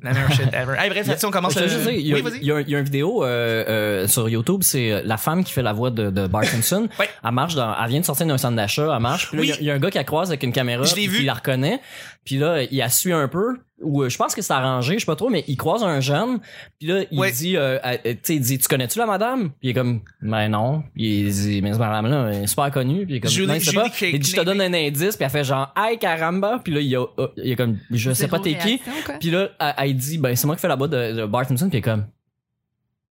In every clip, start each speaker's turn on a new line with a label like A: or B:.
A: La meilleure shit ever. Hey, bref, si on commence
B: Je
A: le
B: veux juste dire, il y a-
A: Oui, vas-y.
B: il y, a- il y a une vidéo euh, euh, sur YouTube, c'est euh, la femme qui fait la voix de, de Bart Simpson.
A: Ouais.
B: Elle marche dans, elle vient de sortir d'un centre d'achat, elle marche. Puis là,
A: Oui.
B: il y a- il y, a un gars qui la croise avec une caméra,
A: Je l'ai
B: puis
A: vu.
B: qui la reconnaît. Puis là, il la suit un peu. Ou euh, je pense que c'est arrangé, je sais pas trop, mais il croise un jeune. Puis là, il
A: Ouais.
B: dit, euh, à- euh, tu sais, il dit, tu connais-tu la madame Puis il est comme, ben non. Puis il dit, mais cette madame là, elle est super connue. Puis il est comme,
A: Julie-
B: non, je sais
A: Julie
B: pas. Il dit, je te donne un indice. Puis elle fait genre, hey caramba. Puis là, il y a, euh, il est comme, je sais pas t'es qui. Puis là, elle, elle dit, ben, c'est moi qui fais la boîte de, de Bart Simpson, puis elle est comme.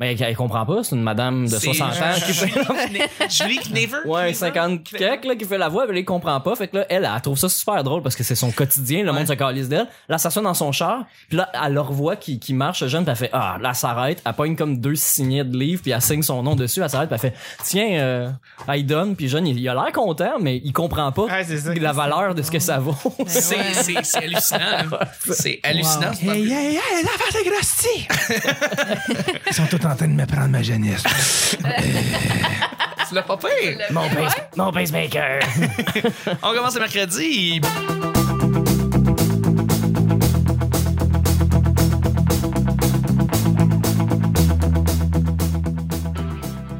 B: Ben, elle, elle comprend pas, c'est une madame de
A: C'est
B: 60 ans qui fait.
A: Julie Kne- Julie Knever.
B: Ouais,
A: Knever?
B: 50 quelques, là, qui fait la voix, puis elle, elle comprend pas. Fait que là, elle, elle trouve ça super drôle parce que c'est son quotidien, le monde se calisse d'elle. Là, ça sonne dans son char, puis là, elle le revoit qui, qui marche, le jeune, puis elle fait, ah, là, elle s'arrête, elle pogne comme deux signets de livres, puis elle signe son nom dessus, elle s'arrête, puis elle fait, tiens, euh, elle y donne, puis le jeune, il, il a l'air content, mais il comprend pas
A: Ouais, c'est ça.
B: la valeur de ce que ça vaut.
A: C'est c'est- c'est hallucinant. là. C'est hallucinant.
C: Wow.
A: c'est pas-
D: Hey, hey, hey, l'affaire de Grosty! Ils sont tous en train de me prendre ma jeunesse.
A: Tu l'as pas payé.
B: mon, pace, mon pacemaker!
A: On commence le mercredi.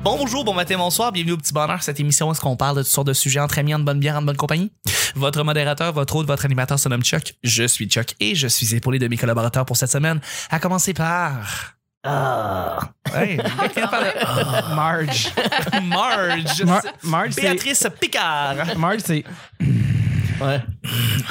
A: Bon bonjour, bon matin, bonsoir, bienvenue au Petit Bonheur, cette émission où est-ce qu'on parle de toutes sortes de sujets entre amis, en bonne bière, en bonne compagnie. Votre modérateur, votre hôte, votre animateur se nomme Chuck. Je suis Chuck et je suis épaulé de mes collaborateurs pour cette semaine, à commencer par...
B: Ah.
A: Ouais, quelqu'un parle-
C: Marge.
A: Marge.
C: Mar- Marge, Ah, c'est.
A: Béatrice Picard.
C: Marge, c'est.
B: Ouais.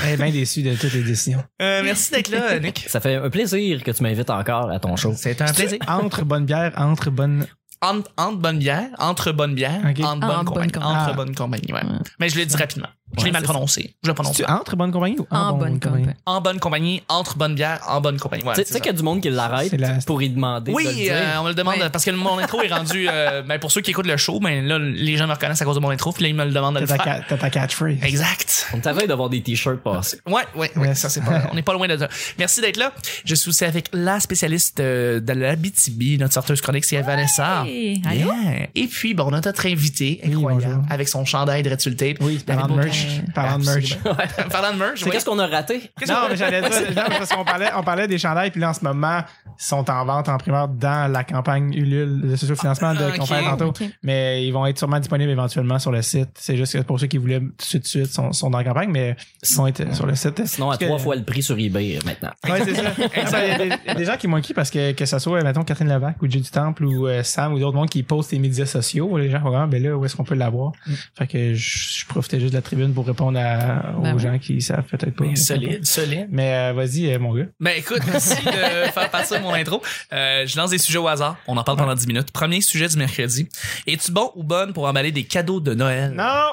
C: Elle est bien déçue de toutes les décisions.
A: Euh, merci d'être là, Nick.
B: Ça fait un plaisir que tu m'invites encore à ton show.
A: C'est un plaisir.
C: Entre bonne bière, entre bonne.
A: Entre, entre bonne bière, entre bonne bière, entre,
C: Ok. Ah,
A: bonne,
E: entre
A: compagnie,
E: bonne
A: Entre
C: compagnie.
A: bonne compagnie, ouais.
E: Ouais.
A: Mais je le dis rapidement. Je l'ai
B: Ouais,
A: mal
B: c'est
A: prononcé. Je le prononce.
C: Tu
A: mal.
C: entre bonne compagnie ou
B: ah
E: En Ah, bonne compagnie.
A: En bonne compagnie, entre bonne bière, en bonne compagnie. Ouais,
B: Tu sais-
A: c'est
B: tu sais
A: ça.
B: qu'il y a du monde qui l'arrête
C: C'est la-
B: pour y demander. de le
A: Oui,
B: dire.
A: euh, on me le demande
E: Ouais.
A: parce que mon intro est rendu. euh, ben, pour ceux qui écoutent le show, ben, là, les gens me reconnaissent à cause de mon intro, puis là, ils me le demandent de
C: T'as
A: le
C: ta,
A: faire.
C: ca- t'as ta catchphrase.
A: Exact.
B: On t'avait d'avoir des t-shirts passés.
A: Ouais, ouais, ouais,
C: Yes.
A: ça c'est pas. On n'est pas loin de ça. Merci d'être là. Je suis aussi avec la spécialiste euh, de la BTB, notre sorteuse chronique, c'est Vanessa.
E: Hey.
A: Yeah. Et puis, bon, on a notre invité incroyable
C: bonjour.
A: avec son chandail de Red Tool Tape.
C: Oui, parlant de
A: David
C: merch.
A: Beaucaire.
C: Parlant de merch.
A: Absolument. parlant de merch,
B: C'est
A: oui.
B: qu'est-ce qu'on a raté?
A: Qu'est-ce
C: Non,
A: qu'on-
C: mais j'allais dire, non, mais parce qu'on parlait, on parlait des chandails, puis là, en ce moment, ils sont en vente en primeur dans la campagne Ulule, le socio-financement de-
A: Ah,
C: qu'on
A: ok.
C: parlait tantôt.
E: Ok.
C: Mais ils vont être sûrement disponibles éventuellement sur le site. C'est juste que pour ceux qui voulaient tout de suite, tout de suite, sont, sont dans la campagne, mais ils vont être sur le site.
B: Sinon, à
C: Parce que-
B: trois fois le prix sur eBay euh, maintenant.
C: Ouais, c'est ça. Ah, ben, Il y, a des- il y a des gens qui m'ont écrit parce que, que ce soit, mettons, Catherine Levac ou Jay du Temple ou euh, Sam ou d'autres mondes qui postent les médias sociaux. Les gens vont vraiment, ben là, où est-ce qu'on peut l'avoir?
E: Mm.
C: Fait que je, je profitais juste de la tribune pour répondre à- aux
E: Ben oui. Ben,
C: gens qui savent peut-être pas.
A: Solide, solide.
C: Mais euh, vas-y, euh, mon gars.
A: Ben écoute, merci de faire passer mon intro. Euh, je lance des sujets au hasard. On en parle pendant 10 minutes. Premier sujet du mercredi. Es-tu bon ou bonne pour emballer des cadeaux de Noël?
C: Non!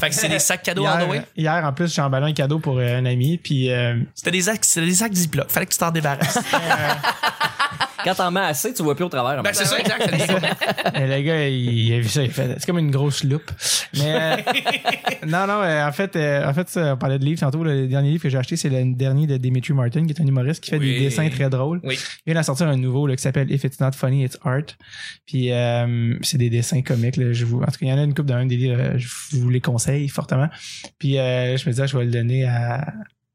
A: Fait que c'est des sacs cadeaux en
C: Hier,
A: Noël.
C: hier, en plus, j'ai emballé un cadeau pour euh, un ami, puis euh,
A: C'était des sacs, c'était des sacs Ziploc. Fallait que tu t'en débarrasses.
E: Ah.
B: Quand t'en mets assez, tu vois plus au travers.
A: ben c'est ça, exact. c'est des-
C: euh, le gars, il, il a vu ça, il fait, c'est comme une grosse loupe. Mais euh, non, non, euh, en fait, euh, en fait, ça, on parlait de livres tantôt. Le dernier livre que j'ai acheté, c'est le dernier de Dimitri Martin, qui est un humoriste qui fait
A: Oui.
C: des dessins très drôles.
A: Oui.
C: Il vient d'en sortir un nouveau là, qui s'appelle If It's Not Funny, It's Art. Puis euh, c'est des dessins comiques. Là, je vous... En tout cas, il y en a une coupe dans un des livres. euh, Je vous les conseille fortement. Puis euh, je me disais, je vais le donner à,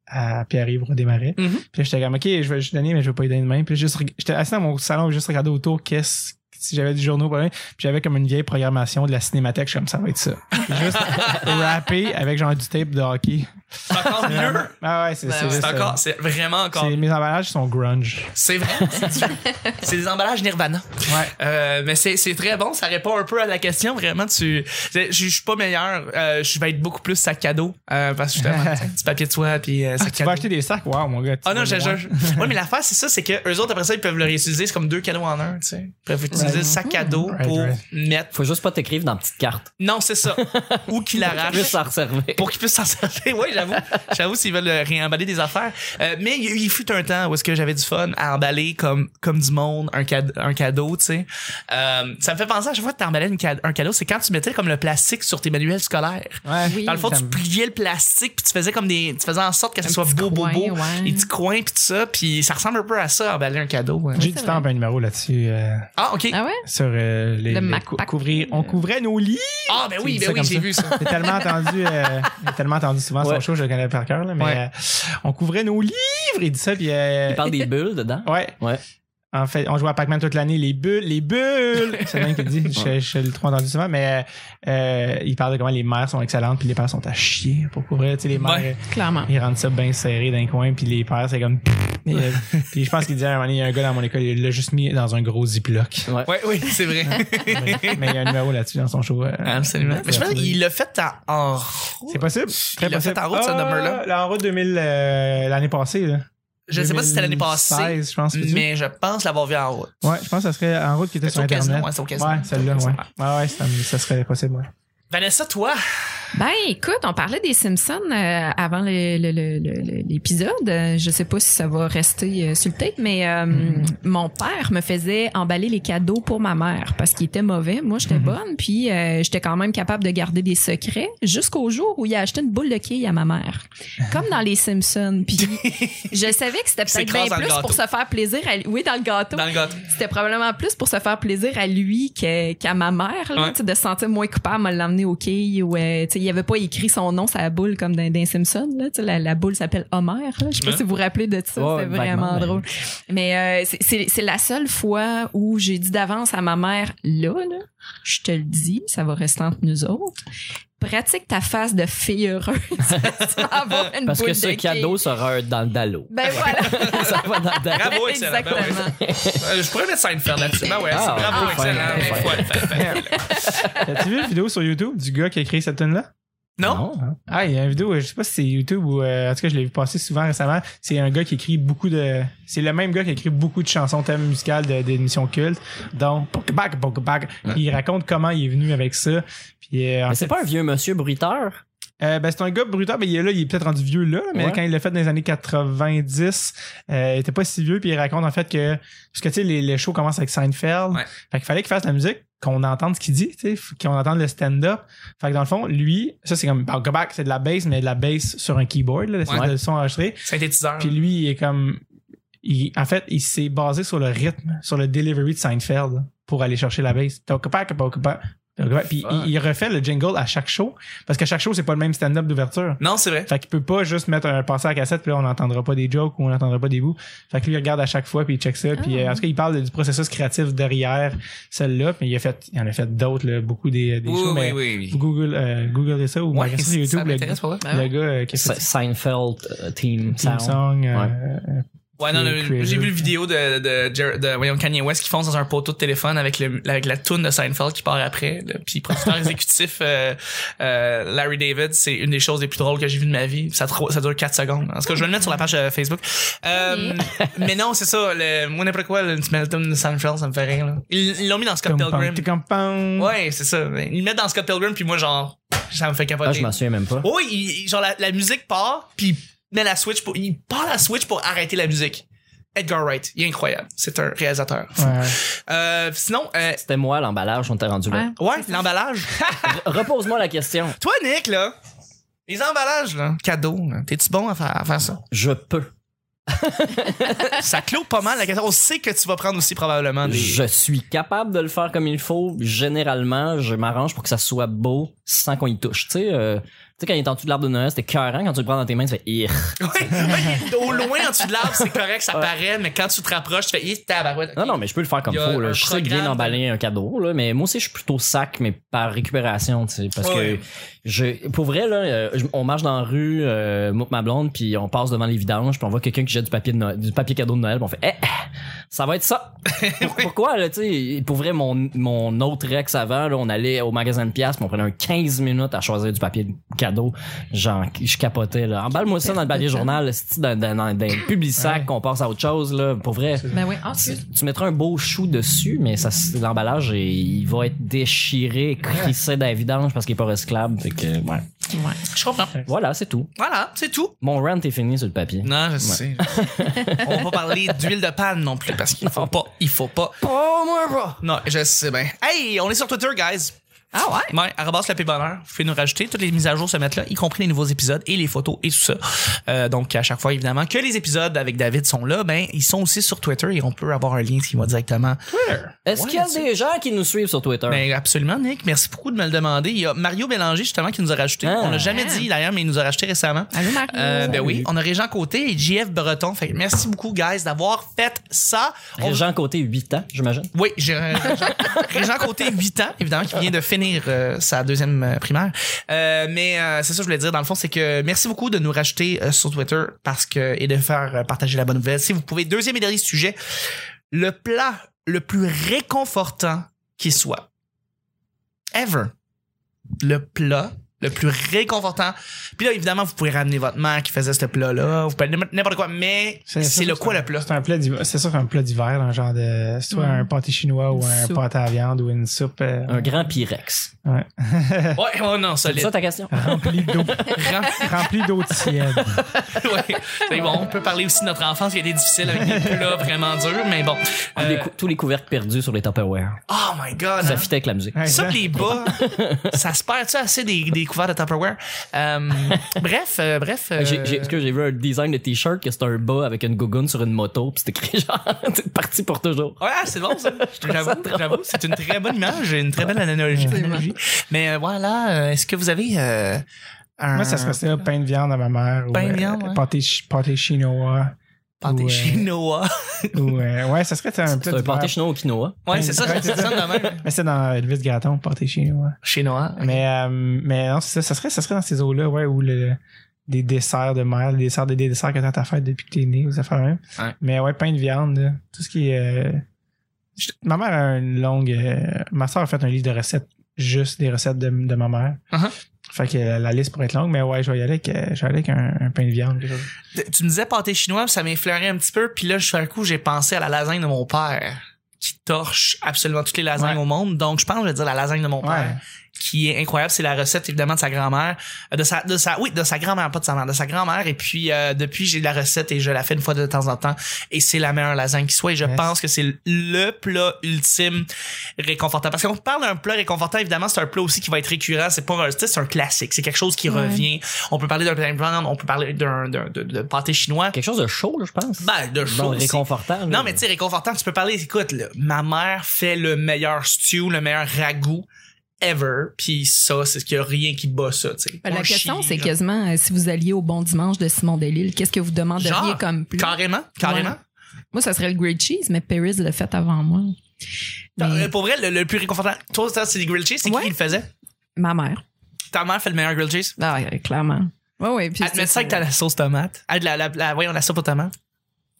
C: à Pierre-Yves Rodémarais.
A: Mhm.
C: Puis là, j'étais comme, OK, je vais juste donner, mais je vais pas lui donner de main. Puis juste, reg- j'étais assis dans mon salon, j'ai juste regardé autour, qu'est-ce si j'avais du journaux pour lui. Puis j'avais comme une vieille programmation de la cinémathèque, je suis comme ça va être ça. Puis juste rapper avec genre du tape de hockey.
A: C'est encore mieux.
C: Ah ouais, c'est
E: Ben
C: c'est
E: ouais.
C: juste,
A: C'est
C: euh,
A: encore, c'est vraiment encore.
C: c'est- Mes emballages sont grunge.
A: C'est vrai. c'est du- C'est des emballages Nirvana.
C: Ouais.
A: Euh, mais c'est c'est très bon, ça répond un peu à la question. Vraiment, tu, je, je suis pas meilleur. Euh, je vais être beaucoup plus sac cadeau euh, parce que justement, tu sais, petit papier de soie puis euh, sac
C: Ah, tu
A: cadeau.
C: vas acheter des sacs? Waouh, mon gars. tu
A: Ah non,
C: vas
A: je
C: loin.
A: je- Ouais, mais l'affaire, c'est ça, c'est que eux autres, après ça, ils peuvent le réutiliser. C'est comme deux cadeaux en un, tu sais. Ils peuvent utiliser le sac cadeau
C: Right,
A: pour
C: right.
A: mettre.
B: Faut juste pas t'écrire dans la petite carte.
A: Non, c'est ça. Ou qu'ils
B: Juste
A: l'arrachent.
B: s'en reserver.
A: Pour qu'ils puissent s'en servir. Oui, j'avoue. J'avoue s'ils veulent euh, réemballer des affaires. Euh, mais il, il fut un temps où est-ce que j'avais du fun à emballer comme, comme du monde un, cade- un cadeau, tu sais. Euh, ça me fait penser à chaque fois que t'emballais une cade- un cadeau, c'est quand tu mettais comme le plastique sur tes manuels scolaires.
C: Ouais.
E: Oui.
A: Dans le fond,
C: Ça
A: tu
C: me-
A: pliais le plastique puis tu faisais comme des, tu faisais en sorte que ce
E: Un
A: soit
E: petit
A: beau,
E: coin,
A: beau, beau,
E: ouais.
A: les petits coins puis tout ça, puis ça ressemble un peu à ça, emballer un cadeau. ouais.
C: J'ai
E: c'est
C: du
E: vrai.
C: temps pour un numéro là-dessus. euh,
A: Ah ok.
E: Ah ouais?
C: sur euh, les,
E: Le
C: les
E: Mac
C: cou-
E: Pack.
C: couvrir- on couvrait nos lits.
A: Ah ben
C: Tu
A: oui,
C: dis
A: ben
C: ça
A: oui,
C: comme
A: j'ai
C: ça.
A: vu ça.
C: J'ai tellement entendu, euh, j'ai tellement entendu souvent
B: Ouais.
C: son show show, je le connais par cœur, là, mais
A: Ouais.
C: euh, on couvrait nos livres, il dit ça, puis euh,
B: Il parle des bulles dedans.
C: ouais.
B: Ouais.
C: En fait, on jouait à Pac-Man toute l'année, les bulles, les bulles! C'est le même qu'il dit, je, je le trop entendu souvent, mais euh, euh, il parle de comment les mères sont excellentes, puis les pères sont à chier pour couvrir, tu sais, les mères.
A: Ouais.
E: clairement.
C: Ils rendent ça bien serré d'un coin, puis les pères, c'est comme. Et, euh, puis je pense qu'il disait à un moment donné, il y a un gars dans mon école, il l'a juste mis dans un gros ziploc.
B: Ouais.
A: Ouais, oui, c'est vrai.
C: mais mais il y a un numéro là-dessus dans son show. euh,
A: Absolument. Mais je pense qu'il l'a fait en- en
C: C'est possible. Très
A: l'a
C: possible.
A: fait en route, ce
C: Ah,
A: number-là.
C: là, En route 2000, euh, l'année passée. Là.
A: Je sais pas si c'était l'année passée,
C: 2016, je pense. peux-tu?
A: mais je pense l'avoir vu en route.
C: Ouais, je pense que ça serait en route qui était
A: C'est
C: sur
A: au casino,
C: Internet.
A: ouais, c'est au casino.
C: Ouais, celle-là,
A: C'est
C: ouais.
A: au
C: Ouais, ouais, ça, ça serait possible, ouais.
A: Vanessa, toi,
E: Ben écoute, on parlait des Simpsons euh, avant le- le- le- le- le- l'épisode. Euh, Je sais pas si ça va rester euh, sur le tape, mais euh,
B: Mm-hmm.
E: mon père me faisait emballer les cadeaux pour ma mère parce qu'il était mauvais. Moi,
B: Mm-hmm.
E: j'étais bonne, puis euh, j'étais quand même capable de garder des secrets jusqu'au jour où il a acheté une boule de quille à ma mère, comme dans les Simpsons. Puis je savais que c'était peut-être
A: s'écrase
E: bien
A: dans le
E: plus pour se faire plaisir. À... lui- Oui, dans le gâteau.
A: dans le gâteau.
E: C'était probablement plus pour se faire plaisir à lui qu'à qu'à ma mère, là,
A: Ouais.
E: tu sais, de se sentir moins coupable à l'emmener au quai. Ou, euh, tu sais, il avait pas écrit son nom sur la boule comme dans, dans Simpson. Là, tu sais, la, la boule s'appelle Homer. Là. Je sais pas
A: Ouais.
E: si vous vous rappelez de ça.
B: Ouais,
E: c'est
B: vaguement, ben.
E: vraiment
B: mais-
E: drôle. Mais euh, c'est- c'est c'est la seule fois où j'ai dit d'avance à ma mère, là, là, je te le dis, ça va rester entre nous autres. Pratique ta face de fille heureuse. Tu vas avoir une
B: Parce que
E: boule
B: ce
E: de quille.
B: cadeau sera dans le dallo.
E: Ben voilà,
B: ça va dans le dallo.
A: Bravo, excellent. Ben ouais.
E: exactement.
A: Euh, je pourrais mettre Seinfeld là-dessus. Ben ouais, c'est
B: Ah,
A: bravo,
B: ah,
A: excellent.
B: fin,
A: mais
B: fin.
A: faut le faire, fin.
C: As-tu vu la vidéo sur YouTube du gars qui a créé cette tune-là?
A: Non?
C: Ah, il y a une vidéo, je sais pas si c'est YouTube ou. euh, en tout cas, je l'ai vu passer souvent récemment. C'est un gars qui écrit beaucoup de. C'est le même gars qui écrit beaucoup de chansons thèmes musicales de- d'émissions cultes. Donc, Pokébag, Pokébag. Il raconte comment il est venu avec ça. Puis, euh, en
B: Mais c'est pas un vieux monsieur bruiteur.
C: Euh, ben, c'est un gars brutal, mais il est là, il est peut-être rendu vieux là, mais
B: Ouais.
C: quand il l'a fait dans les années 90, euh, il était pas si vieux, puis il raconte en fait que, parce que tu sais, les, les shows commencent avec Seinfeld,
A: Ouais.
C: fait qu'il fallait qu'il fasse de la musique, qu'on entende ce qu'il dit, tu sais, faut qu'on entende le stand-up. Fait que dans le fond, lui, ça c'est comme, ben, go back, c'est de la bass, mais de la bass sur un keyboard, là, c'est
A: Ouais.
C: le son enregistré.
A: Synthétiseur.
C: Puis lui, il est comme, il- en fait, il s'est basé sur le rythme, sur le delivery de Seinfeld pour aller chercher la bass. Toc, pac, pac, pac. Puis il, il refait le jingle à chaque show parce qu'à chaque show c'est pas le même stand-up d'ouverture.
A: Non, c'est vrai.
C: Fait qu'il peut pas juste mettre un passé à la cassette puis là on n'entendra pas des jokes ou on n'entendra pas des bouts. Fait que lui il regarde à chaque fois puis il check ça puis euh, en tout cas il parle du processus créatif derrière celle-là mais il a fait il en a fait d'autres là, beaucoup des, des
A: Oui,
C: shows mais
A: oui, oui, oui.
C: Google euh, Google ça ou
A: Ouais,
C: regardez sur
A: ça
C: YouTube le,
A: m'intéresse pour vrai. Ben
C: le gars euh, qui a fait
B: Seinfeld euh, Team
C: Team
B: Sound.
C: Song euh,
B: Ouais.
C: euh,
A: Ouais, non, non,
C: Creator.
A: j'ai vu le vidéo de, de, Jer- de, voyons, Kanye West qui fonce dans un poteau de téléphone avec, le, avec la toune de Seinfeld qui part après. là. Puis producteur exécutif euh, euh, Larry David, c'est une des choses les plus drôles que j'ai vues de ma vie. Ça, tro- ça dure 4 secondes. En tout cas, je vais le mettre sur la page euh, Facebook. Euh, mais non, c'est ça. Le, moi, n'importe quoi, le, tu mets le toune de Seinfeld, ça me fait rire. Là. Ils ils l'ont mis dans Scott
C: Tom
A: Pilgrim.
C: Pam, Tom Pam.
A: Ouais, c'est ça. Ils le mettent dans Scott Pilgrim, puis moi, genre, ça me fait capoter.
B: Ah, je m'en souviens même pas.
A: Oui, Oh, il- il- genre la, la musique part, puis il met la switch pour, il part la switch pour arrêter la musique. Edgar Wright, il est incroyable. C'est un réalisateur.
C: Ouais.
A: Euh, sinon, euh,
B: C'était moi l'emballage, on était rendu là.
A: ouais, l'emballage.
B: Repose-moi la question.
A: Toi, Nick, là, les emballages, là, cadeaux, là, t'es-tu bon à faire, à faire ça?
B: Je peux.
A: Ça clôt pas mal la question. On sait que tu vas prendre aussi probablement des.
B: Je suis capable de le faire comme il faut. Généralement, je m'arrange pour que ça soit beau sans qu'on y touche. Tu sais, euh, tu sais, quand il est en dessous de l'arbre de Noël, c'était cœurant. Quand tu le prends dans tes mains, tu fais Ir.
A: Ouais, ouais, il est au loin, en dessous de l'arbre, c'est correct, ça paraît, mais quand tu te rapproches, tu fais, hé, tabarouette.
B: Non, non, mais je peux le faire comme
A: Il y a
B: faut. là.
A: un
B: Je sais bien
A: programme.
B: emballer un cadeau, là, mais moi aussi, je suis plutôt sac, mais par récupération, tu sais, parce
A: Ouais.
B: que je, pour vrai, là, euh, je- on marche dans la rue, euh, moi pis ma blonde, puis on passe devant les vidanges, puis on voit quelqu'un qui jette du papier, de Noël- du papier cadeau de Noël, puis on fait, eh, ça va être ça. Pour- pourquoi, là, tu sais, pour vrai, mon, mon autre ex avant, là, on allait au magasin de pièces, puis on prenait un 15 minutes à choisir du papier de cadeau. Genre, je capotais, là. Emballe-moi ça dans le papier journal, là, c'est-tu dans, dans, dans, dans le public sac, qu'on passe à autre chose, là, pour vrai.
E: Ben oui, ensuite.
B: Tu- Tu mettras un beau chou dessus, mais ça, c'est- l'emballage, et il va être déchiré, crissé dans la vidange parce qu'il est pas recyclable. Fait que, ouais.
E: Ouais.
A: Je comprends.
B: Voilà, c'est tout.
A: Voilà, c'est tout.
B: Mon rant est fini sur le papier.
A: Non, je sais. On va pas parler d'huile de palme non plus parce qu'il faut pas, il faut pas.
B: Oh, moi,
A: Non, je sais bien. Hey, on est sur Twitter, guys.
E: Ah ouais?
A: Ouais, arrobas le Pays bonheur. Vous pouvez nous rajouter. Toutes les mises à jour se mettent là, y compris les nouveaux épisodes et les photos et tout ça. Euh, donc, à chaque fois, évidemment, que les épisodes avec David sont là, ben, ils sont aussi sur Twitter et on peut avoir un lien qui va directement.
B: Est-ce
A: Ouais,
B: qu'il y a
A: c'est-
B: des gens qui nous suivent sur Twitter?
A: Ben, absolument, Nick. Merci beaucoup de me le demander. Il y a Mario Bélanger, justement, qui nous a rajouté.
B: Ah.
A: on l'a jamais dit, d'ailleurs, mais il nous a rajouté récemment.
E: Allô, Mario.
A: Euh, ben oui, on a Régent Côté et JF Breton. Fait que merci beaucoup, guys, d'avoir fait ça. On-
B: Jean Côté, 8 ans, j'imagine.
A: Oui, j'ai Régent, Régent Côté, 8 ans, évidemment, qui vient de finir euh, sa deuxième euh, primaire. Euh, mais euh, c'est ça que je voulais dire, dans le fond, c'est que merci beaucoup de nous racheter sur Twitter parce que et de faire euh, partager la bonne nouvelle. Si vous pouvez, deuxième et dernier sujet, le plat le plus réconfortant qui soit. Ever. Le plat le plus réconfortant. Puis là, évidemment, vous pouvez ramener votre mère qui faisait ce plat-là. Vous pouvez aller n'importe quoi, mais c'est le quoi le plat?
C: C'est un plat d'hiver. C'est sûr qu'un plat d'hiver, un genre de. Soit
E: Ouais.
C: un pâté chinois ou
E: Une
C: un
E: soupe.
C: pâté à viande ou une soupe. euh,
B: Un grand Pyrex.
C: ouais.
A: Ouais, oh non,
B: C'est ça
A: solide.
B: ta question?
C: Rempli d'eau. Rempli d'eau tiède.
A: Ouais. C'est bon, on peut parler aussi de notre enfance qui a été difficile avec des plats vraiment durs, mais bon.
B: Tous, les
A: Euh,
B: cou- tous les couvercles perdus sur les Tupperware.
A: oh my god.
B: Ah, Ça
A: hein.
B: fitait avec la musique.
C: Ouais,
A: Ça, pis les bas, ça se perd-tu assez des, des couverts de Tupperware? Euh, bref, euh, bref. euh,
B: J'ai, j'ai, parce que j'ai vu un design de t-shirt que c'était un bas avec une gougoune sur une moto, puis c'est écrit genre, c'est parti pour toujours.
A: Ouais, c'est bon ça. J'avoue, j'avoue, c'est une très bonne image, et une très belle analogie. analogie. Mais euh, voilà, euh, est-ce que vous avez euh, un
C: Moi, ça serait ça, pain de viande à ma mère.
A: Pain
C: ou,
A: de
C: euh,
A: viande, ouais.
C: pâté, chi- pâté chinois.
A: pâté
C: ou, euh,
A: chinois?
C: ou, euh, ouais, ça serait tu sais, un plat
B: C'est un
C: d'hiver.
B: pâté chinois au quinoa.
A: Ouais, c'est ça,
C: ouais,
A: c'est
C: c'est
A: ça de même.
C: Mais c'est dans Elvis Graton, pâté chinois.
A: Chinois.
C: Mais, euh, mais non, c'est ça, ça serait, ça serait dans ces eaux-là, ouais, où le, des desserts de mer, les desserts, des, des desserts que t'as à ta fête depuis que t'es né, vous affaires même.
A: Ouais.
C: Mais ouais, pain de viande, là, tout ce qui est. euh, je- ma mère a une longue. euh, ma soeur a fait un livre de recettes, juste des recettes de, de ma mère.
A: Uh-huh.
C: Fait que la, la liste pourrait être longue, mais ouais, je vais y aller avec, euh, je vais aller avec un, un pain de viande. quelque chose.
A: tu me disais pâté chinois, puis ça m'effleurait un petit peu, puis là, je fais un coup, j'ai pensé à la lasagne de mon père, qui torche absolument toutes les lasagnes
C: Ouais.
A: au monde. Donc, je pense que je vais dire la lasagne de mon
C: Ouais.
A: père, qui est incroyable. C'est la recette, évidemment, de sa grand-mère. euh, De sa, de sa, oui, de sa grand-mère, pas de sa mère, de sa grand-mère. Et puis, euh, depuis, j'ai la recette et je la fais une fois de temps en temps. Et c'est la meilleure lasagne qui soit. Et je
C: Yes.
A: pense que c'est le plat ultime réconfortant. Parce qu'on parle d'un plat réconfortant, évidemment, c'est un plat aussi qui va être récurrent. C'est pas un, tu sais, c'est un classique. C'est quelque chose qui
E: Ouais.
A: revient. On peut parler d'un pain de viande, on peut parler d'un, d'un, de, de pâté chinois.
B: Quelque chose de chaud, là, je pense.
A: Ben, de
B: Bon,
A: chaud. c'est-
B: réconfortant. là.
A: Non, mais tu sais, réconfortant, tu peux parler, écoute, là, ma mère fait le meilleur stew, le meilleur ragoût ever, puis ça, c'est ce qu'il y a rien qui bat ça, tu sais.
E: Ben, La
A: On
E: question,
A: chie,
E: c'est
A: genre.
E: quasiment euh, si vous alliez au bon dimanche de Simon Delille, qu'est-ce que vous demanderiez
A: Genre,
E: comme plat?
A: Carrément, carrément.
E: Ouais. Moi, ça serait le grilled cheese, mais Paris l'a fait avant moi. Mais
A: Euh, Pour vrai, le, le plus réconfortant, toi, ça, c'est les grilled cheese, c'est
E: Ouais.
A: qui qui le faisait?
E: Ma mère.
A: Ta mère fait le meilleur grilled cheese?
E: Ah, ouais, clairement. Oui, oui. puis
A: Admets
E: c'est-
A: ça que t'as la sauce tomate. Ah, de la, la, la, voyons, la sauce aux tomates.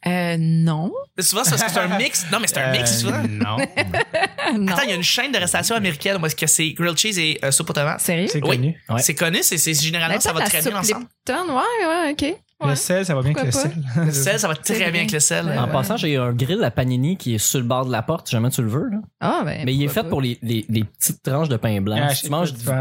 E: Euh, non.
A: Souvent, ça, c'est un mix. Non, mais c'est un mix,
C: Euh,
A: souvent.
C: Non.
E: Euh, non.
A: Attends, il y a une chaîne de restauration américaine où est-ce que c'est grilled cheese et euh, sauce aux tomates.
E: Sérieux?
C: C'est
A: Oui.
C: connu.
B: Ouais.
A: C'est connu, c'est, c'est- généralement,
E: Ben,
A: ça va
E: peut-être
A: très
E: la
A: bien
E: soupe
A: ensemble.
E: Lipton, ouais, ouais, ok. Ouais.
C: Le sel, ça va bien avec le
E: Pourquoi
C: sel.
A: Le sel, ça va
E: C'est
A: très bien
E: vrai.
A: avec le sel.
E: Ouais.
B: En passant, j'ai un grill à panini qui est sur le bord de la porte, si jamais tu le veux. là.
E: Ah, ben,
B: Mais il est
E: pourquoi
B: fait
E: pas.
B: pour les, les, les petites tranches de pain blanc.
C: Ah,
B: si
C: je-
B: tu manges, du,
C: ouais.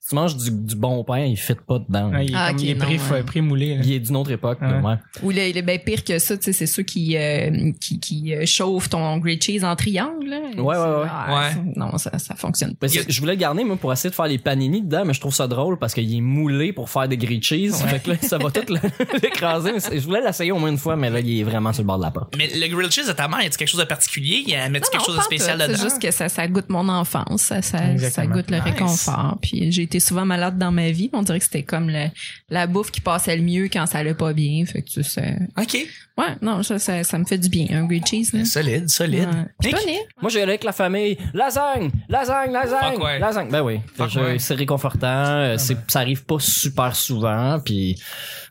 B: si tu manges du, du bon pain, il fit pas dedans.
C: Ouais, il, est
E: Ah,
C: comme-
E: ok,
C: il est
E: non,
C: pré-
E: ouais.
C: pré-moulé. là.
B: Il est d'une autre époque. là,
C: Ouais.
B: ouais.
E: Ou le, le- ben, pire que ça, tu sais, c'est ceux qui, euh, qui, qui euh, chauffent ton grilled cheese en triangle. là.
B: Ouais, ouais, ouais.
E: Ah,
A: Ouais.
E: ça- Non, ça, ça fonctionne
B: Mais
E: pas.
B: c'est- je voulais le garder, moi, pour essayer de faire les panini dedans, mais je trouve ça drôle parce qu'il est moulé pour faire des grilled cheese. Fait que là, ça va tout le- l'écraser. mais c'est- Je voulais l'essayer au moins une fois, mais là, il est vraiment sur le bord de la porte.
A: Mais le grilled cheese de ta mère, y a quelque chose de particulier? Y a
E: Non,
A: quelque
E: non,
A: chose de
E: pas
A: spécial
E: tout.
A: dedans?
E: C'est juste que ça, ça goûte mon enfance, ça, ça, ça
C: Exactement.
E: goûte le
A: Nice.
E: réconfort. Puis j'ai été souvent malade dans ma vie. puis On dirait que c'était comme le- la bouffe qui passait le mieux quand ça allait pas bien. Fait que tu sais.
A: OK.
E: Ouais, non, ça, ça, ça me fait du bien, un grilled cheese. Là.
A: Solide, solide.
E: Ouais. Puis
A: Nick?
E: toi, Nick?
B: Moi, j'ai allé avec la famille. Lasagne! Lasagne! Lasagne!
A: Fuck ouais.
B: Lasagne! Ben oui.
A: Fuck
B: Je-
A: ouais. Ah
B: C'est réconfortant. euh, c'est- Ça arrive pas super souvent. Puis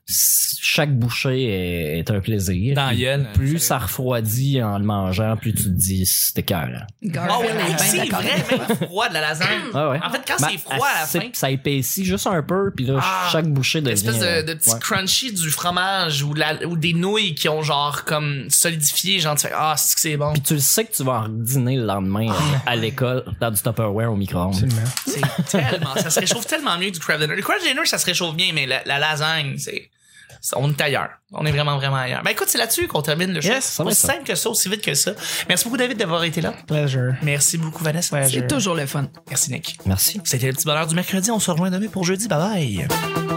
B: s- chaque bouchée est, est un plaisir.
A: Dans la
B: Puis
A: gueule,
B: Plus
A: euh,
B: ça refroidit en le mangeant, plus tu te dis, c'était cœur.
A: Oh,
E: Garfield est
A: ouais,
E: bien
A: c'est
E: d'accord.
A: vrai, même froid de la lasagne.
B: Ah ouais.
A: En fait, quand
B: Ben,
A: c'est froid à la
B: c'est-
A: fin,
B: Ça épaissit juste un peu, puis là,
A: Ah,
B: chaque bouchée devient... euh,
A: l'espèce de, de petit
B: ouais.
A: crunchy du fromage ou, de la- ou des nouilles qui ont genre comme solidifié, genre tu fais Ah, c'est que c'est bon.
B: Puis tu le sais que tu vas en dîner le
A: Ah.
B: lendemain euh, à l'école dans du Tupperware au micro-ondes.
C: Absolument.
A: C'est tellement, ça se réchauffe tellement mieux que du crab dinner. Le crab dinner, ça se réchauffe bien, mais la, la lasagne, c'est. on est ailleurs. On est vraiment, vraiment ailleurs. Ben écoute, c'est là-dessus qu'on termine le show.
C: Yes,
A: c'est
B: va
A: aussi
B: être ça.
A: simple que ça, aussi vite que ça. Merci beaucoup, David, d'avoir été là.
C: Pleasure.
A: Merci beaucoup, Vanessa.
C: Pleasure.
E: C'est toujours le fun.
A: Merci, Nick.
B: Merci.
A: C'était le petit bonheur du mercredi. On se rejoint demain pour jeudi. Bye bye.